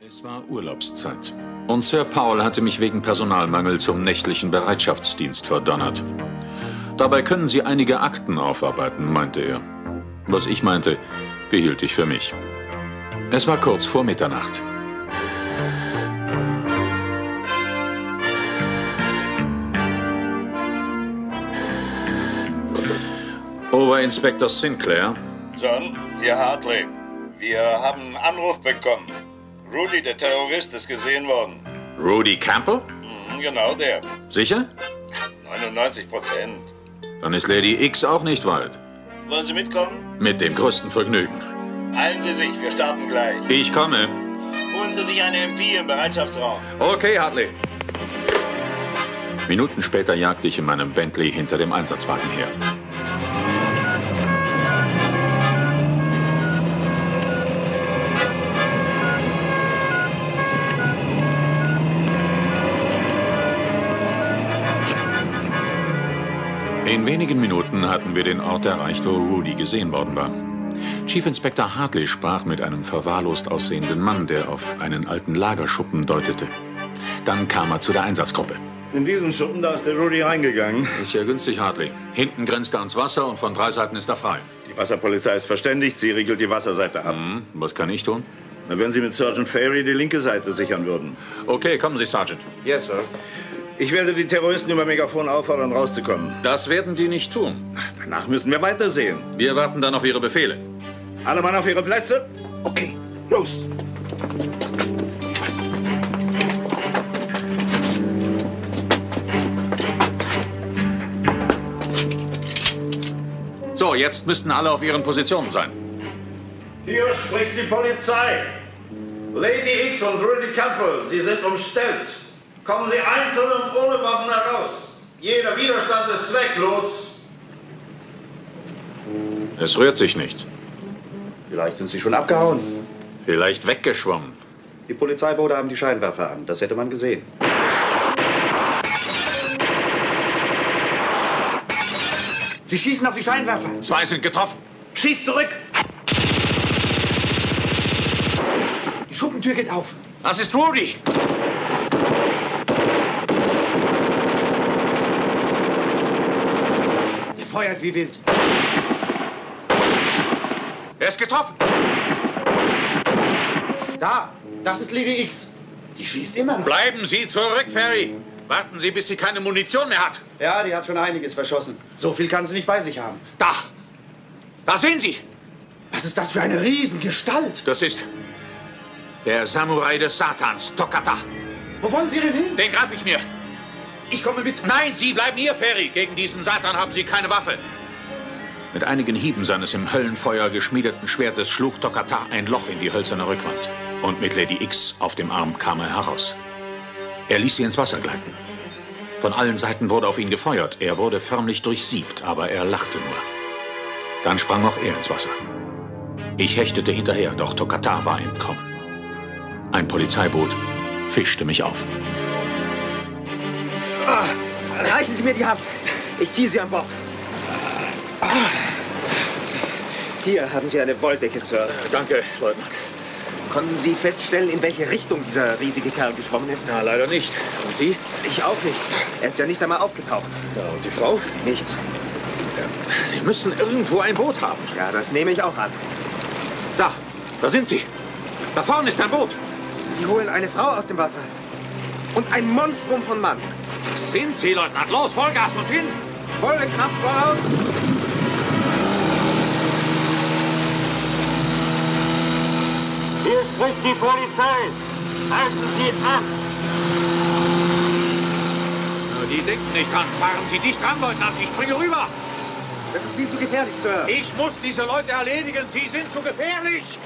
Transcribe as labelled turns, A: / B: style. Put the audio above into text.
A: Es war Urlaubszeit. Und Sir Paul hatte mich wegen Personalmangel zum nächtlichen Bereitschaftsdienst verdonnert. Dabei können Sie einige Akten aufarbeiten, meinte er. Was ich meinte, behielt ich für mich. Es war kurz vor Mitternacht. Oberinspektor Sinclair,
B: John, hier Hartley. Wir haben einen Anruf bekommen. Rudy, der Terrorist, ist gesehen worden.
A: Rudy Campbell?
B: Mhm, genau der.
A: Sicher?
B: 99 Prozent.
A: Dann ist Lady X auch nicht weit.
B: Wollen Sie mitkommen?
A: Mit dem größten Vergnügen.
B: Eilen Sie sich, wir starten gleich.
A: Ich komme.
B: Holen Sie sich eine MP im Bereitschaftsraum.
A: Okay, Hartley. Minuten später jagte ich in meinem Bentley hinter dem Einsatzwagen her. In wenigen Minuten hatten wir den Ort erreicht, wo Rudy gesehen worden war. Chief Inspector Hartley sprach mit einem verwahrlost aussehenden Mann, der auf einen alten Lagerschuppen deutete. Dann kam er zu der Einsatzgruppe.
C: In diesen Schuppen, da ist der Rudy reingegangen.
A: Ist ja günstig, Hartley. Hinten grenzt er ans Wasser und von drei Seiten ist er frei.
C: Die Wasserpolizei ist verständigt, sie regelt die Wasserseite ab.
A: Hm, was kann ich tun?
C: Na, wenn Sie mit Sergeant Ferry die linke Seite sichern würden.
A: Okay, kommen Sie, Sergeant.
C: Yes, Sir. Ich werde die Terroristen über Megafon auffordern, rauszukommen.
A: Das werden die nicht tun.
C: Danach müssen wir weitersehen.
A: Wir warten dann auf Ihre Befehle.
C: Alle Mann auf ihre Plätze. Okay, los.
A: So, jetzt müssten alle auf ihren Positionen sein.
C: Hier spricht die Polizei. Lady X und Rudy Campbell, Sie sind umstellt. Kommen Sie einzeln und ohne Waffen heraus. Jeder Widerstand ist zwecklos.
A: Es rührt sich nicht.
D: Vielleicht sind sie schon abgehauen.
A: Vielleicht weggeschwommen.
D: Die Polizeiboote haben die Scheinwerfer an. Das hätte man gesehen. Sie schießen auf die Scheinwerfer.
A: Zwei sind getroffen.
D: Schießt zurück. Die Schuppentür geht auf.
A: Das ist Rudy.
D: Der feuert wie wild.
A: Er ist getroffen.
D: Da, das ist Lady X. Die schießt immer noch.
A: Bleiben Sie zurück, Ferry. Warten Sie, bis sie keine Munition mehr hat.
D: Ja, die hat schon einiges verschossen. So viel kann sie nicht bei sich haben.
A: Da. Da sehen Sie.
D: Was ist das für eine Riesengestalt?
A: Das ist der Samurai des Satans, Tokata.
D: Wo wollen Sie denn hin?
A: Den greife ich mir.
D: Ich komme mit.
A: Nein, Sie bleiben hier, Ferry. Gegen diesen Satan haben Sie keine Waffe. Mit einigen Hieben seines im Höllenfeuer geschmiedeten Schwertes schlug Tokata ein Loch in die hölzerne Rückwand. Und mit Lady X auf dem Arm kam er heraus. Er ließ sie ins Wasser gleiten. Von allen Seiten wurde auf ihn gefeuert. Er wurde förmlich durchsiebt, aber er lachte nur. Dann sprang auch er ins Wasser. Ich hechtete hinterher, doch Tokata war entkommen. Ein Polizeiboot fischte mich auf.
D: Reichen Sie mir die Hand. Ich ziehe Sie an Bord.
E: Hier haben Sie eine Wolldecke, Sir.
A: Äh, Danke, Leutnant.
E: Konnten Sie feststellen, in welche Richtung dieser riesige Kerl geschwommen ist?
A: Na, leider nicht. Und Sie?
E: Ich auch nicht. Er ist ja nicht einmal aufgetaucht.
A: Ja, und die Frau?
E: Nichts.
A: Sie müssen irgendwo ein Boot haben.
E: Ja, das nehme ich auch an.
A: Da, da sind sie. Da vorne ist ein Boot.
E: Sie holen eine Frau aus dem Wasser. Und ein Monstrum von Mann.
A: Das sind sie, Leutnant. Los, Vollgas und hin.
E: Volle Kraft voraus.
F: Hier spricht die Polizei. Halten Sie ab!
A: Äh, Die denken nicht dran. Fahren Sie nicht dran, Leutnant. Ich springe rüber.
E: Das ist viel zu gefährlich, Sir.
A: Ich muss diese Leute erledigen. Sie sind zu gefährlich.